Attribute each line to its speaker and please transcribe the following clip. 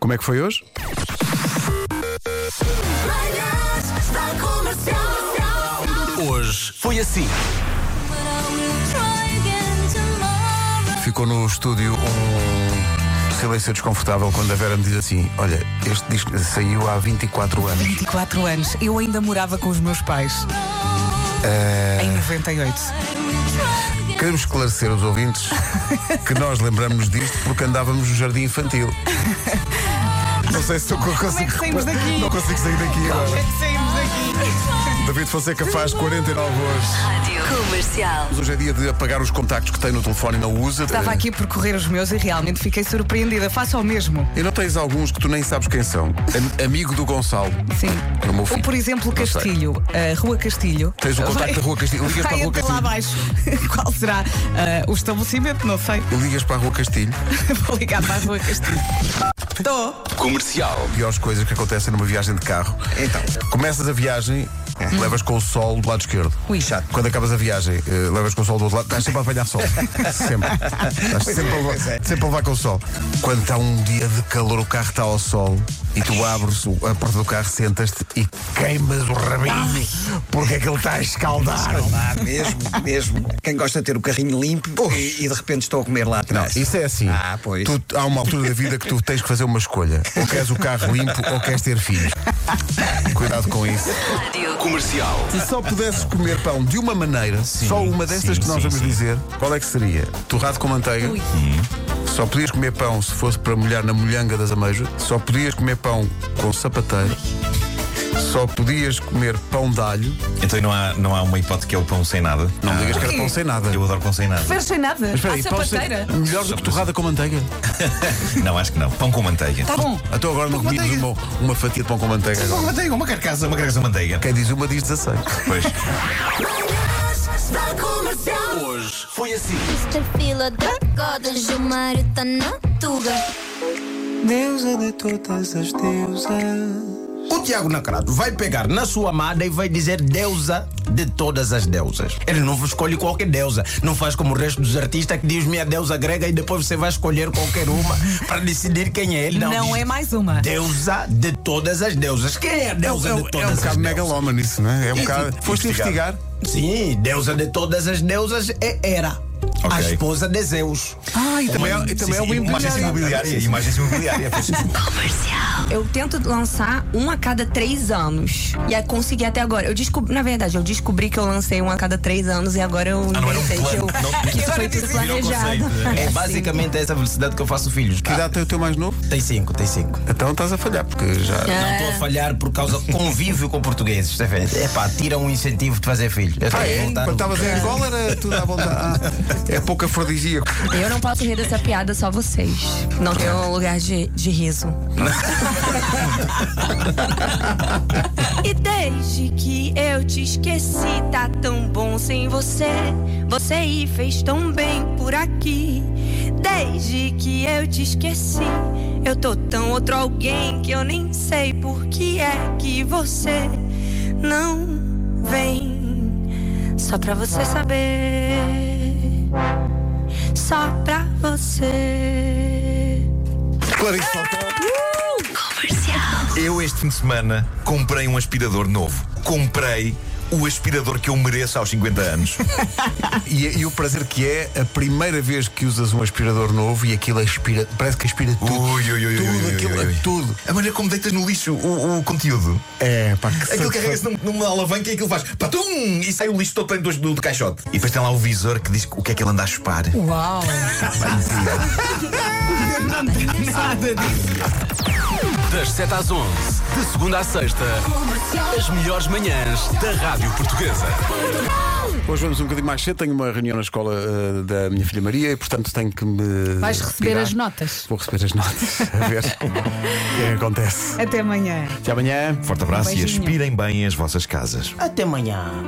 Speaker 1: Como é que foi hoje?
Speaker 2: Manhãs da Comercial.
Speaker 3: Hoje foi assim.
Speaker 2: But I will try again tomorrow.
Speaker 1: Ficou no estúdio um silêncio desconfortável quando a Vera me diz assim: Olha, este disco saiu há 24 anos.
Speaker 4: 24 anos. Eu ainda morava com os meus pais. Em
Speaker 1: Ah.
Speaker 4: 98.
Speaker 1: Eh, Queremos esclarecer os ouvintes que nós lembramos disto porque andávamos no jardim infantil. Não sei se eu consigo.
Speaker 4: é que saímos daqui?
Speaker 1: Não consigo sair daqui agora. David Fonseca faz 49 hoje.
Speaker 5: Comercial.
Speaker 1: Hoje é dia de apagar os contactos que tem no telefone e não usa.
Speaker 4: Estava aqui a percorrer os meus e realmente fiquei surpreendida. Faça o mesmo.
Speaker 1: E não tens alguns que tu nem sabes quem são? Am- amigo do Gonçalo.
Speaker 4: Sim.
Speaker 1: É o meu
Speaker 4: Ou,
Speaker 1: filho.
Speaker 4: por exemplo,
Speaker 1: Não sei.
Speaker 4: Castilho. A Rua Castilho.
Speaker 1: Tens o contacto da Rua Castilho. Ligas
Speaker 4: Vai
Speaker 1: para a Rua
Speaker 4: até lá
Speaker 1: Castilho.
Speaker 4: abaixo. Qual será ah, o estabelecimento? Não sei.
Speaker 1: Ligas para a Rua Castilho.
Speaker 4: Vou ligar para a Rua Castilho. Estou.
Speaker 3: Comercial.
Speaker 1: Piores coisas que acontecem numa viagem de carro. Então. Começas a viagem, levas com o sol do lado esquerdo.
Speaker 4: É. Ui. Chato.
Speaker 1: Quando acabas a viagem, eh, levas com o sol do outro lado, estás sempre a apanhar sol. sempre. Estás sempre,
Speaker 4: é,
Speaker 1: a levar, sempre a levar com o sol. Quando está um dia de calor, o carro está ao sol e tu abres o- a porta do carro, sentas-te e queimas o rabinho
Speaker 4: Ah.
Speaker 1: porque aquilo está a escaldar.
Speaker 6: Ah, mesmo, mesmo. Quem gosta de ter o carrinho limpo e, e de repente estou a comer lá
Speaker 1: Não,
Speaker 6: atrás.
Speaker 1: isso é assim.
Speaker 6: Ah, pois.
Speaker 1: Tu- há uma altura da vida que tu tens que fazer uma escolha. Ou queres o carro limpo ou queres ter filhos. Cuidado com isso.
Speaker 3: Comercial.
Speaker 1: Se só pudesses comer pão de uma maneira, só uma destas
Speaker 3: sim,
Speaker 1: que nós
Speaker 3: sim,
Speaker 1: vamos
Speaker 3: sim.
Speaker 1: dizer, qual é que seria? Torrado com manteiga?
Speaker 4: Ui.
Speaker 1: Só podias comer pão se fosse para molhar na molhanga das ameijas. Só podias comer pão com sapateiro. Só podias comer pão de alho.
Speaker 7: Então e não há, não há uma hipótese que é o pão sem nada? Ah,
Speaker 1: Não me digas que era
Speaker 4: Porquê?
Speaker 1: pão sem nada.
Speaker 7: Eu adoro pão sem nada.
Speaker 4: Não sem nada.
Speaker 1: Espera aí,
Speaker 4: à
Speaker 1: pão sem...
Speaker 4: Ah, sapateira.
Speaker 1: Melhor do que torrada com manteiga.
Speaker 7: Não, acho que não. Pão com manteiga.
Speaker 4: Tá bom.
Speaker 1: Até Então agora não
Speaker 7: Pão com
Speaker 1: comíamos uma, uma fatia de pão com manteiga.
Speaker 7: Pão com manteiga, uma carcaça, uma carcaça de manteiga.
Speaker 1: Quem diz uma diz 16.
Speaker 7: Pois.
Speaker 1: É
Speaker 2: Manhãs da Comercial.
Speaker 3: Hoje foi assim.
Speaker 8: Este fila da corda, Gilmar está na tuga.
Speaker 9: O Tiago Nacrato vai pegar na sua amada e vai dizer deusa de todas as deusas. Ele não escolhe qualquer deusa. Não faz como o resto dos artistas que diz minha deusa grega e depois você vai escolher qualquer uma para decidir quem é ele. Não,
Speaker 4: Não
Speaker 9: diz
Speaker 4: é mais uma.
Speaker 9: Deusa de todas as deusas. Quem é a deusa de todas as deusas?
Speaker 1: um megalómano isso, não é? É um bocado.
Speaker 7: tipo,
Speaker 1: Foste investigar?
Speaker 7: Investigado.
Speaker 9: Sim, deusa de todas as deusas é Hera, a
Speaker 7: Ok.
Speaker 9: esposa de Zeus.
Speaker 1: Ah,
Speaker 4: tá.
Speaker 1: e também, é- e também é uma
Speaker 7: Imagens
Speaker 1: imobiliária.
Speaker 7: imobiliárias. Imagens imobiliárias.
Speaker 10: Eu tento lançar um a cada três anos. E aí consegui até agora. Eu descobri, na verdade, eu descobri que eu lancei um a cada três anos e agora eu
Speaker 7: Ah, não era um
Speaker 10: sei que eu.
Speaker 7: plano. Não,
Speaker 10: que isso foi tudo
Speaker 7: virou
Speaker 10: planejado.
Speaker 7: conceito. né?
Speaker 9: É basicamente essa velocidade que eu faço filhos.
Speaker 1: Que idade tem o teu mais novo?
Speaker 9: Tem cinco, tem cinco.
Speaker 1: Então estás a falhar, porque já.
Speaker 10: É.
Speaker 9: Não
Speaker 10: Ah.
Speaker 9: estou a falhar por causa do convívio com portugueses, está vendo? É pá, tira um incentivo de fazer filho. Eu
Speaker 1: Ah,
Speaker 9: tenho que
Speaker 1: é?
Speaker 9: voltar
Speaker 1: Quando
Speaker 9: no-
Speaker 1: estavas em Angola era tudo à vontade. Ah, é pouco afrodisíaco.
Speaker 10: Eu não posso rir dessa piada, só vocês. Não tem um lugar de, de riso. e desde que eu te esqueci, tá tão bom sem você. Você e fez tão bem por aqui. Desde que eu te esqueci, eu tô tão outro alguém que eu nem sei por que é que você não vem. Só pra você saber só pra você.
Speaker 1: Clarice Falcão.
Speaker 7: Eu este fim de semana comprei um aspirador novo. Comprei o aspirador que eu mereço aos 50 anos.
Speaker 1: E, e o prazer que é a primeira vez que usas um aspirador novo e aquilo aspira. Parece que aspira tudo.
Speaker 7: Ui, ui, ui,
Speaker 1: tudo,
Speaker 7: ui, ui,
Speaker 1: aquilo, é
Speaker 7: ui, ui.
Speaker 1: tudo.
Speaker 7: A maneira como deitas no lixo o, o conteúdo.
Speaker 1: É, pá, que
Speaker 7: Aquilo
Speaker 1: satisfação.
Speaker 7: carrega-se num- numa alavanca e aquilo faz patum e sai o lixo todo dentro do, do caixote. E depois tem lá o visor que diz o que é que ele anda a chupar.
Speaker 4: Uau!
Speaker 3: Das 7 às 11, de segunda à sexta, as melhores manhãs da Rádio Portuguesa.
Speaker 1: Hoje vamos um bocadinho mais cedo, tenho uma reunião na escola eh, da minha filha Maria e, portanto, tenho que me.
Speaker 4: Vais receber
Speaker 1: retirar.
Speaker 4: as notas.
Speaker 1: Vou receber as notas, a ver o que é que acontece.
Speaker 4: Até amanhã.
Speaker 1: Até amanhã.
Speaker 7: Forte abraço e
Speaker 4: Beijinho.
Speaker 7: aspirem bem as vossas casas.
Speaker 9: Até amanhã.